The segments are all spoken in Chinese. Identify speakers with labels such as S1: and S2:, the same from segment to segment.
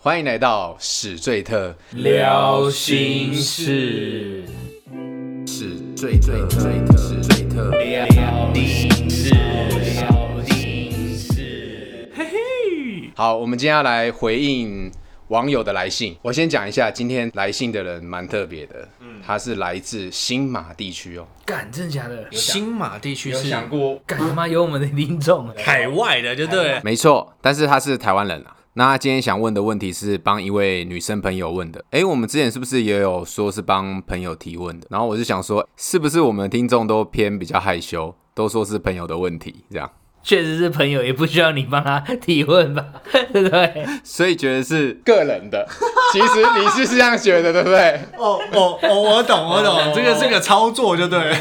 S1: 欢迎来到史最特，
S2: 聊心事，
S1: 史最最最特，史最特。
S2: 聊心事，聊心事。
S1: 好，我们今天要来回应网友的来信。我先讲一下，今天来信的人蛮特别的，嗯，他是来自新马地区哦，
S3: 干，真的假的？新马地区
S2: 有
S3: 是
S2: 想过
S3: 干他妈有我们的 听众哎，
S2: 海外的，就对。
S1: 没错，但是他是台湾人啊。那他今天想问的问题是帮一位女生朋友问的。诶，我们之前是不是也有说是帮朋友提问的？然后我就想说，是不是我们听众都偏比较害羞，都说是朋友的问题这样，
S3: 确实是朋友，也不需要你帮他提问吧， 对不对？
S1: 所以觉得是个人的。其实你是这样觉得，对不对？
S4: 哦哦哦，我懂我懂，这个是个操作就对了。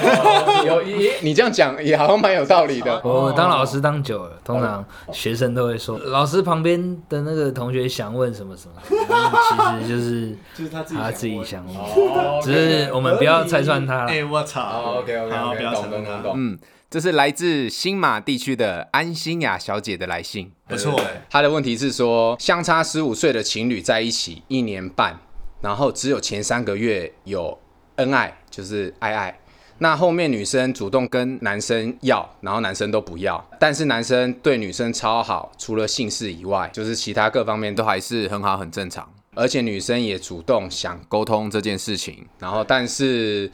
S1: 有也你这样讲也好像蛮有道理的。
S2: 哦
S3: 我当老师当久了，通常学生都会
S2: 嗯
S3: 说，老师旁边的那个同学想问什么 什么，嗯其实就是
S4: 就是他自己
S3: 他
S4: 想
S3: 自己想问，
S2: 哦
S3: 只是我们不要拆穿他啦。
S4: 哎，我操
S1: 哦，OK，OK，OK，
S4: 好，哦不要
S1: 懂
S4: 承认
S1: 懂
S4: 他
S1: 懂。懂嗯，这是来自新马地区的安心雅小姐的来信。
S4: 不错哎，
S1: 她的问题是说，相差十五岁的情侣在一起一年半，然后只有前三个月有恩爱，就是爱爱。那后面女生主动跟男生要，然后男生都不要，但是男生对女生超好，除了性事以外，就是其他各方面都还是很好，很正常。而且女生也主动想沟通这件事情，然后但是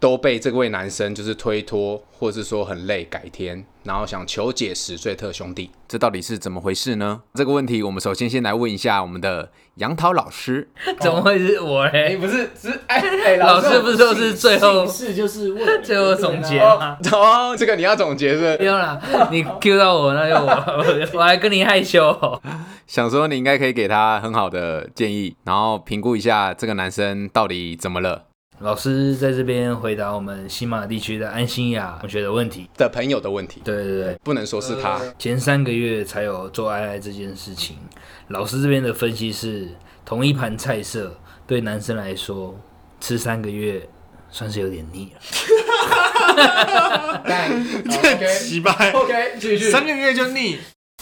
S1: 都被这位男生就是推脱，或是说很累，改天，然后想求解史最特兄弟，这到底是怎么回事呢？这个问题，我们首先先来问一下我们的杨桃老师。
S3: 怎么会是我嘞？
S2: 哦
S1: 不是，只哎哎，
S3: 老师不是都是最后
S2: 是就是问
S3: 最后总结吗？
S1: 哦，这个你要总结是
S3: 不用啦，你 Q 到我， 那就我，我还跟你害羞哦、
S1: 想说你应该可以给他很好的建议，然后评估一下这个男生到底怎么了
S3: 老师在这边回答我们西马地区的安心雅同学的问题。
S1: 的朋友的问题，
S3: 对对对，
S1: 不能说是他。
S3: 前三个月才有做爱爱这件事情，老师这边的分析是，同一盘菜色对男生来说吃三个月算是有点腻了。
S4: 奇葩。
S1: OK，继
S4: 三个月就腻，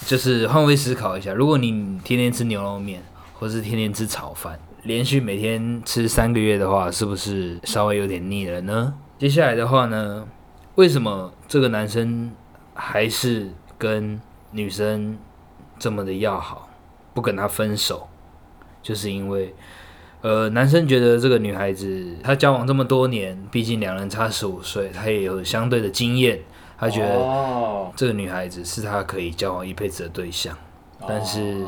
S3: 就是换位思考一下，如果你天天吃牛肉面，或是天天吃炒饭，连续每天吃三个月的话，是不是稍微有点腻了呢？接下来的话呢，为什么这个男生还是跟女生这么的要好，不跟她分手？就是因为，呃，男生觉得这个女孩子她交往这么多年，毕竟两人差十五岁，她也有相对的经验，他觉得
S2: 哦，
S3: 这个女孩子是他可以交往一辈子的对象，
S4: 哦
S3: 但是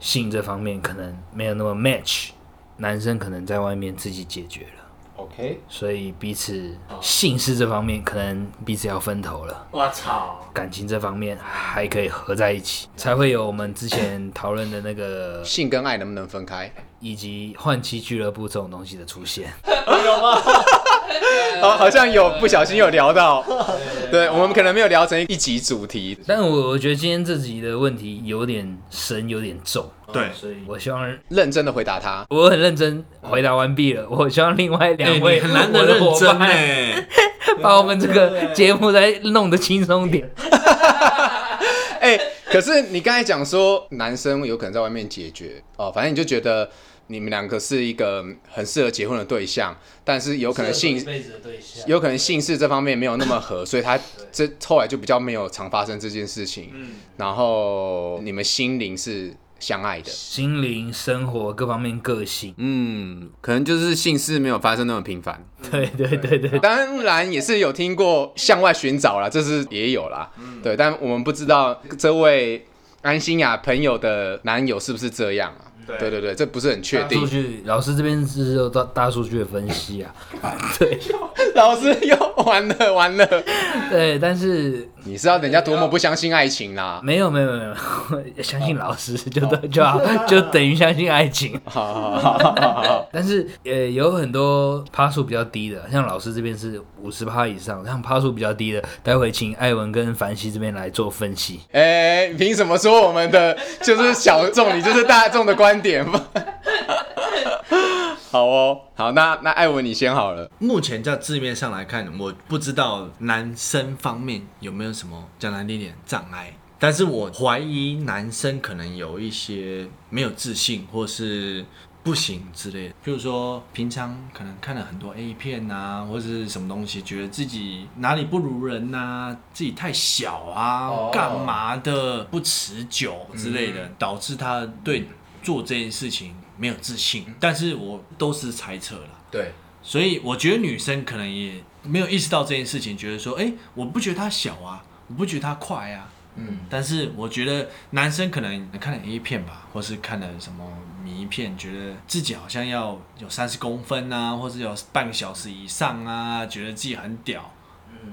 S3: 性这方面可能没有那么 match，男生可能在外面自己解决了，
S1: OK，
S3: 所以彼此性事这方面可能彼此要分头了，
S2: 我操，
S3: 感情这方面还可以合在一起，才会有我们之前讨论的那个
S1: 性跟爱能不能分开？
S3: 以及换妻俱乐部这种东西的出现。
S1: 好，哦好像有不小心有聊到，对我们可能没有聊成一集主题。
S3: 但我我觉得今天这集的问题有点深，有点重，
S4: 对，
S3: 所以我希望
S1: 认真的回答他，
S3: 我很认真回答完毕了，我希望另外两位、
S4: 哎你很难得认真哎。
S3: 把我们这个节目再弄得轻 松点。
S1: 哎、 可是你刚才讲说男生有可能在外面解决哦，反正你就觉得你们两个是一个很适合结婚的对象，但是有可能性
S2: 辈子的对象
S1: 有可能姓氏这方面没有那么合， 所以他这后来就比较没有常发生这件事情。
S2: 嗯
S4: 嗯
S1: 然后你们心灵是相爱的，
S3: 心灵、生活各方面、个性，
S1: 嗯，可能就是姓氏没有发生那么频繁。
S3: 对对对对，
S1: 当然也是有听过向外寻找啦，这是也有啦，对，但我们不知道这位安心雅朋友的男友是不是这样啊？
S4: 对
S1: 对对对，这不是很确
S3: 数
S1: 定。
S3: 据老师这边是有大大数据的分析啊，
S1: 老师又完了完了，
S3: 对，但是
S1: 你知道人家多么不相信爱情啊啦？
S3: 没有没有没有，我相信老师就对 就好，就等于相信爱情。
S1: 好 好好好好好。
S3: 但是呃，有很多趴数比较低的，像老师这边是五十趴以上，像趴数比较低的，待会请艾文跟凡西这边来做分析。
S1: 哎、凭什么说我们的就是小众，你就是大众的观点 吗？好哦，好，那那艾文你先好了。
S4: 目前在字面上来看，我不知道男生方面有没有什么讲难听点障碍，但是我怀疑男生可能有一些没有自信，或是不行之类的。譬如说，平常可能看了很多 A 片啊，或是什么东西，觉得自己哪里不如人呐、自己太小啊
S2: 哦，
S4: 干、嘛的，不持久之类的，导致他对做这件事情没有自信。但是我都是猜测啦。
S1: 对，
S4: 所以我觉得女生可能也没有意识到这件事情，觉得说，哎、我不觉得他小啊，我不觉得他快啊。嗯，但是我觉得男生可能看了 A 片吧，或是看了什么迷片，觉得自己好像要有三十公分啊，或者有半个小时以上啊，觉得自己很屌，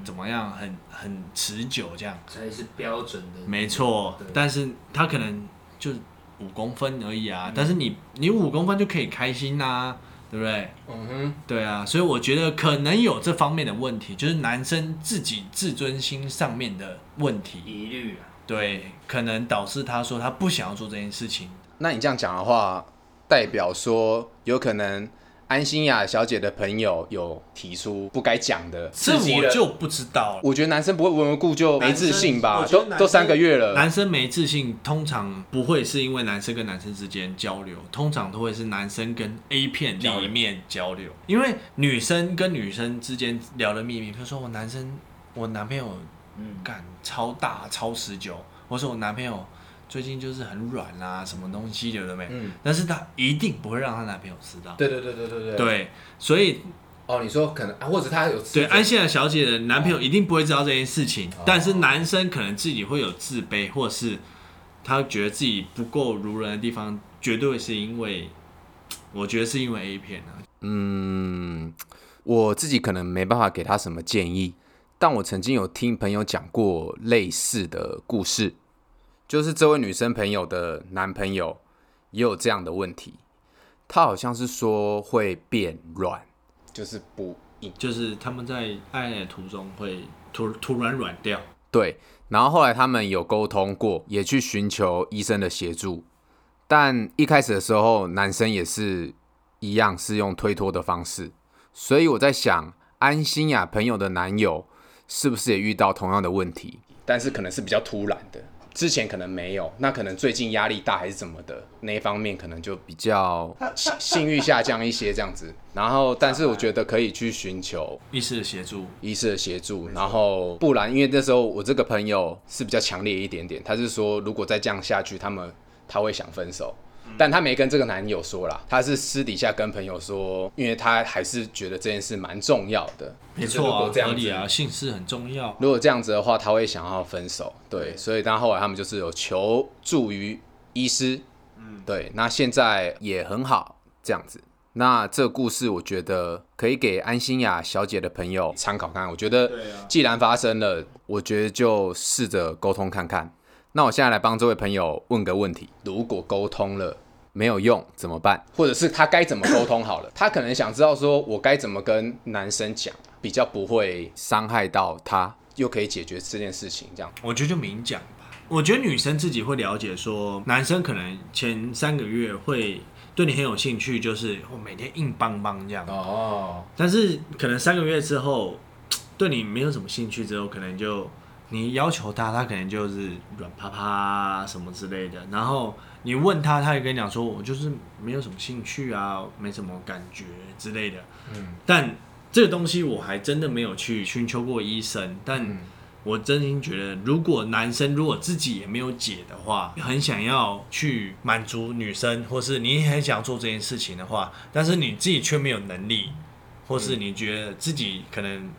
S4: 怎么样，很很持久这样。
S3: 才是标准的。
S4: 没错
S3: 对，
S4: 但是他可能就五公分而已啊，但是你你五公分就可以开心呐、啊，对不对？
S1: 嗯哼，
S4: 对啊，所以我觉得可能有这方面的问题，就是男生自己自尊心上面的问题，
S2: 疑虑啊，
S4: 对，可能导致他说他不想要做这件事情。
S1: 那你这样讲的话，代表说有可能安心雅小姐的朋友有提出不该讲的，
S4: 这
S2: 刺激
S4: 我
S2: 了
S4: 就不知道了。
S1: 我觉得男生不会无缘无故就没自信吧？
S2: 男生我觉
S1: 都
S2: 得男生
S1: 都三个月了，
S4: 男生没自信，通常不会是因为男生跟男生之间交流，通常都会是男生跟 A 片里面交流，因为女生跟女生之间聊的秘密，比如说我男生，我男朋友
S3: 嗯，
S4: 感超大超持久，或是我男朋友最近就是很软啊，什么东西有的没，
S1: 嗯
S4: 但是她一定不会让她男朋友知道。
S1: 对对对对对对
S4: 对，所以
S1: 哦，你说可能，啊或者他有自
S4: 对
S1: 责
S4: 安心亚小姐的男朋友一定不会知道这件事
S1: 哦
S4: 情，但是男生可能自己会有自卑，或是他觉得自己不够如人的地方，绝对是因为，我觉得是因为 A 片啊，
S1: 嗯，我自己可能没办法给他什么建议，但我曾经有听朋友讲过类似的故事，就是这位女生朋友的男朋友也有这样的问题，他好像是说会变软，就是不硬，
S4: 就是他们在爱的途中会突突然软掉。
S1: 对。然后后来他们有沟通过，也去寻求医生的协助，但一开始的时候，男生也是一样是用推脱的方式，所以我在想，安心雅朋友的男友是不是也遇到同样的问题？但是可能是比较突然的，之前可能没有，那可能最近压力大还是怎么的，那一方面可能就比较性性欲下降一些这样子。然后，但是我觉得可以去寻求
S4: 意识的协助，
S1: 医师的协助，然后不然，因为那时候我这个朋友是比较强烈一点点，他是说如果再这样下去，他们他会想分手，但他没跟这个男友说啦，他是私底下跟朋友说，因为他还是觉得这件事蛮重要的，
S4: 没
S1: 就是
S4: 错
S1: 如果
S4: 啊，
S1: 这
S4: 合
S1: 样
S4: 理
S1: 子
S4: 啊，性事很重要。
S1: 如果这样子的话，他会想要分手，对，所以但后来他们就是有求助于医师，嗯，对，那现在也很好，这样子。那这个故事，我觉得可以给安心雅小姐的朋友参考看看。我觉得，既然发生了，我觉得就试着沟通看看。那我现在来帮这位朋友问个问题：如果沟通了没有用怎么办？或者是他该怎么沟通好了？他可能想知道说我该怎么跟男生讲，比较不会伤害到他，又可以解决这件事情。这样
S4: 我觉得就明讲吧。我觉得女生自己会了解说，男生可能前三个月会对你很有兴趣，就是我每天硬邦邦这样，
S2: 哦，
S4: 但是可能三个月之后对你没有什么兴趣之后，可能就你要求他，他可能就是软趴趴啊什么之类的，然后你问他，他也跟你讲说，我就是没有什么兴趣啊，没什么感觉之类的。嗯，但这个东西我还真的没有去寻求过医生，但、我真心觉得，如果男生如果自己也没有解的话，很想要去满足女生，或是你很想做这件事情的话，但是你自己却没有能力，或是你觉得自己可能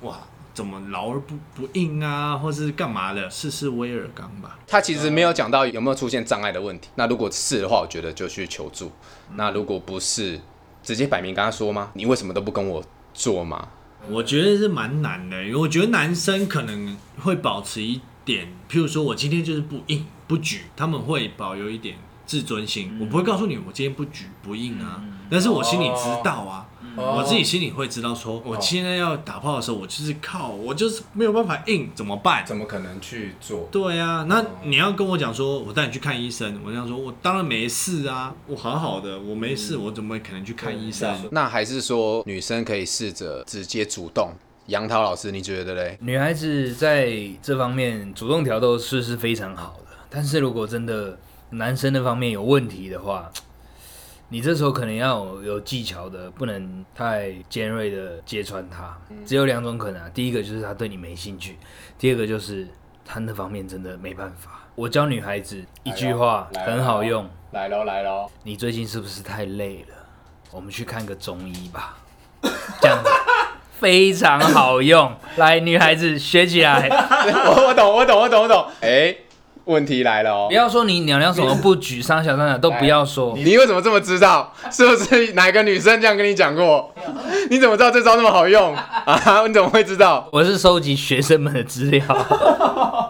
S4: 哇怎么劳而不不硬啊，或是干嘛的，试试威尔刚吧。
S1: 他其实没有讲到有没有出现障碍的问题。那如果是的话，我觉得就去求助。那如果不是，直接摆明跟他说吗？你为什么都不跟我做吗？
S4: 我觉得是蛮难的，因为我觉得男生可能会保持一点，譬如说我今天就是不硬不举，他们会保有一点自尊心。我不会告诉你我今天不举不硬啊，但是我心里知道啊，我自己心里会知道说，我现在要打炮的时候，我就是靠，我就是没有办法硬，怎么办？
S1: 怎么可能去做？
S4: 对啊，那你要跟我讲说，我带你去看医生，我这样说，我当然没事啊，我好好的，我
S1: 啊
S4: 没事，我怎么可能去看医生？
S1: 那还是说女生可以试着直接主动杨桃老师，你觉得嘞？
S3: 女孩子在这方面主动挑逗是是非常好的，但是如果真的男生那方面有问题的话，你这时候可能要有有技巧的，不能太尖锐的揭穿他。只有两种可能、啊，第一个就是他对你没兴趣，第二个就是他那方面真的没办法。我教女孩子一句话
S1: 来咯哦
S3: 很好用，
S1: 来喽来喽，
S3: 你最近是不是太累了？我们去看个中医吧， 这样子非常好用。来，女孩子学起 来，
S1: 我我懂我懂我懂我懂。哎、问题来了哦
S3: 不，要说你娘娘什么不举，上小上小都不要说。
S1: 你为什么这么知道？是不是哪个女生这样跟你讲过？你怎么知道这招那么好用啊？你怎么会知道？
S3: 我是收集学生们的资料。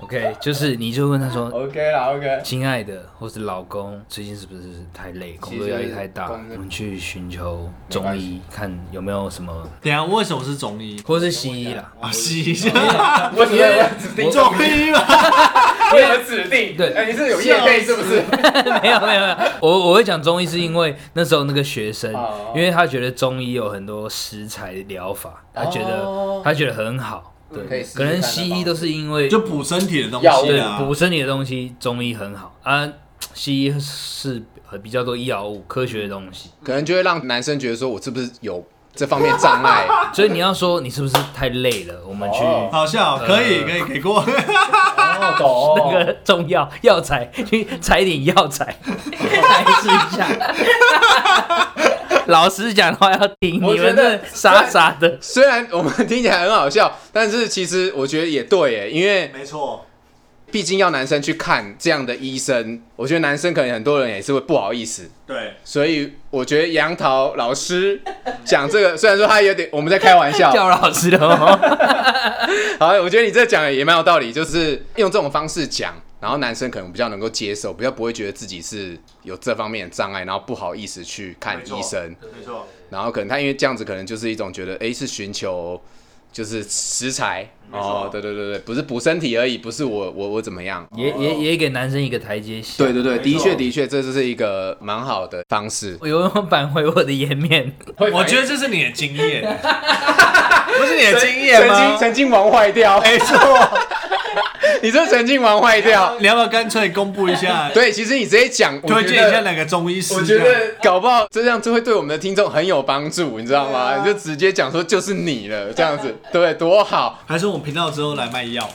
S3: OK，就是你就问他说
S1: OK 啦，OK，
S3: 亲爱的，或是老公，最近是不是太累，工作压力太大？
S1: 工作
S3: 我们去寻求中医，看有没有什么，
S4: 等一下为什么是中医？
S3: 或是西医啦。
S4: 啊，西医，
S1: 为什么要指定？
S4: 中医嘛，
S1: 为什么指定？
S3: 对
S1: 哎，你是有业配是不是？
S3: 没有没有没有，我我会讲中医是因为那时候那个学生
S1: 哦，
S3: 因为他觉得中医有很多食材疗法，他觉
S1: 哦
S3: 得他觉得很好，
S1: 可以
S3: 对
S1: 试，试
S3: 可能
S1: 看的
S3: 西
S1: 方
S3: 医都是因为
S4: 就补身体的东西
S1: 药物
S3: 对
S4: 啊，
S3: 补身体的东西，中医很好啊，西医是呃比较多医药物科学的东西，
S1: 可能就会让男生觉得说我是不是有这方面障碍？
S3: 所以你要说你是不是太累了，我们去
S1: 哦
S4: 好笑，可以
S3: 呃
S4: 可以给过，
S1: 哦，懂
S3: 那个中药药材去采点药材来试一下。 老师讲话要听，
S1: 我
S3: 你
S1: 觉
S3: 们
S1: 得
S3: 这傻傻的。
S1: 虽然我们听起来很好笑，但是其实我觉得也对耶，因为
S4: 没错，
S1: 毕竟要男生去看这样的医生，我觉得男生可能很多人也是会不好意思，
S4: 对，
S1: 所以我觉得杨桃老师讲这个，虽然说他有点我们在开玩 笑，
S3: 叫老师的 哦。
S1: 好，我觉得你这讲得也蛮有道理，就是用这种方式讲，然后男生可能比较能够接受，比较不会觉得自己是有这方面的障碍，然后不好意思去看
S4: 没错
S1: 医生，
S4: 没错，
S1: 然后可能他因为这样子，可能就是一种觉得，哎，是寻求就是食材
S4: 没错
S1: 哦，对对对对，不是补身体而已，不是我我我怎么样。
S3: 也也也给男生一个台阶下。
S1: 对对对，
S4: 没
S1: 的
S4: 错
S1: 确的确，这就是一个蛮好的方式。
S3: 我有没有扳回我的颜面？
S4: 我觉得这是你的经验，不是你的经验
S1: 曾经
S4: 吗？哎
S1: 曾经玩坏掉，没错，你这曾经玩坏掉。
S4: 你要不要干脆公布一下，
S1: 啊对，其实你直接讲，我觉得
S4: 推荐一下哪个中医师？
S1: 我觉得搞不好这样就会对我们的听众很有帮助，你知道吗？你就直接讲说就是你了，这样子，对，多好。
S4: 还是我们频道之后来卖药，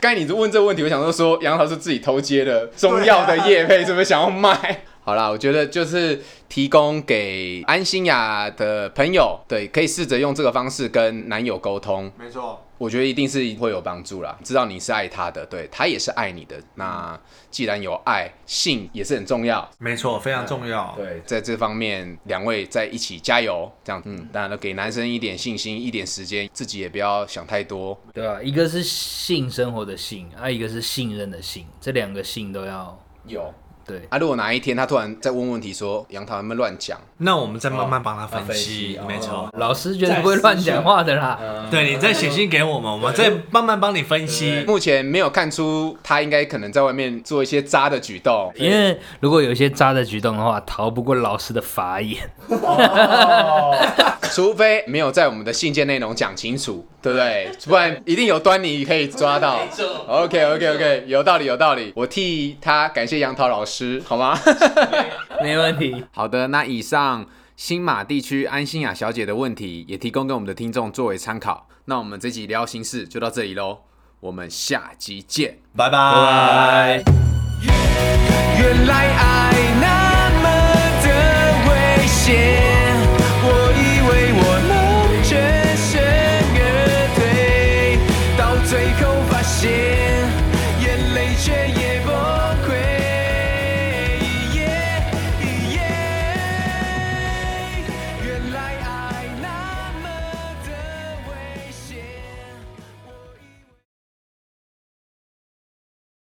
S1: 刚才你问这个问题，我想说说杨桃是自己偷接的中药的叶配，是不是想要卖？好啦，我觉得就是提供给安心雅的朋友，对，可以试着用这个方式跟男友沟通，
S4: 没错，
S1: 我觉得一定是会有帮助啦。知道你是爱他的，对他也是爱你的。那既然有爱，性也是很重要，
S4: 没错，非常重要，
S1: 对，在这方面两位在一起加油，这样，嗯，当然了，给男生一点信心，一点时间，自己也不要想太多。
S3: 对吧、一个是性生活的性，啊，一个是信任的信，这两个性都要
S1: 有
S3: 对。
S1: 啊，如果哪一天他突然在问问题说杨桃有没有乱讲，
S4: 那我们再慢慢帮他分析，
S1: 哦
S4: 没错。
S3: 老师绝对不会乱讲话的啦。
S4: 对你再写信给我们，我们再慢慢帮你分析。
S1: 目前没有看出他应该可能在外面做一些渣的举 动，
S3: 因为如果有一些渣的举动的话，逃不过老师的法眼。
S1: 除非没有在我们的信件内容讲清楚，对不对？不然一定有端倪可以抓到。OK OK OK，有道理有道理，我替他感谢杨桃老师，好吗？
S3: 没问题，
S1: 好的，那以上新马地区安心雅小姐的问题也提供给我们的听众作为参考。那我们这集聊心事就到这里喽，我们下集见。
S4: 拜拜。
S1: 原来爱那么的危险，我以为我能全身而退，到最后发现眼泪却也不。